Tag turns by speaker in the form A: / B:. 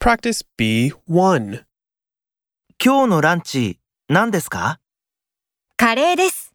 A: Practice B1.
B: 今日のランチ何ですか
C: カレーです。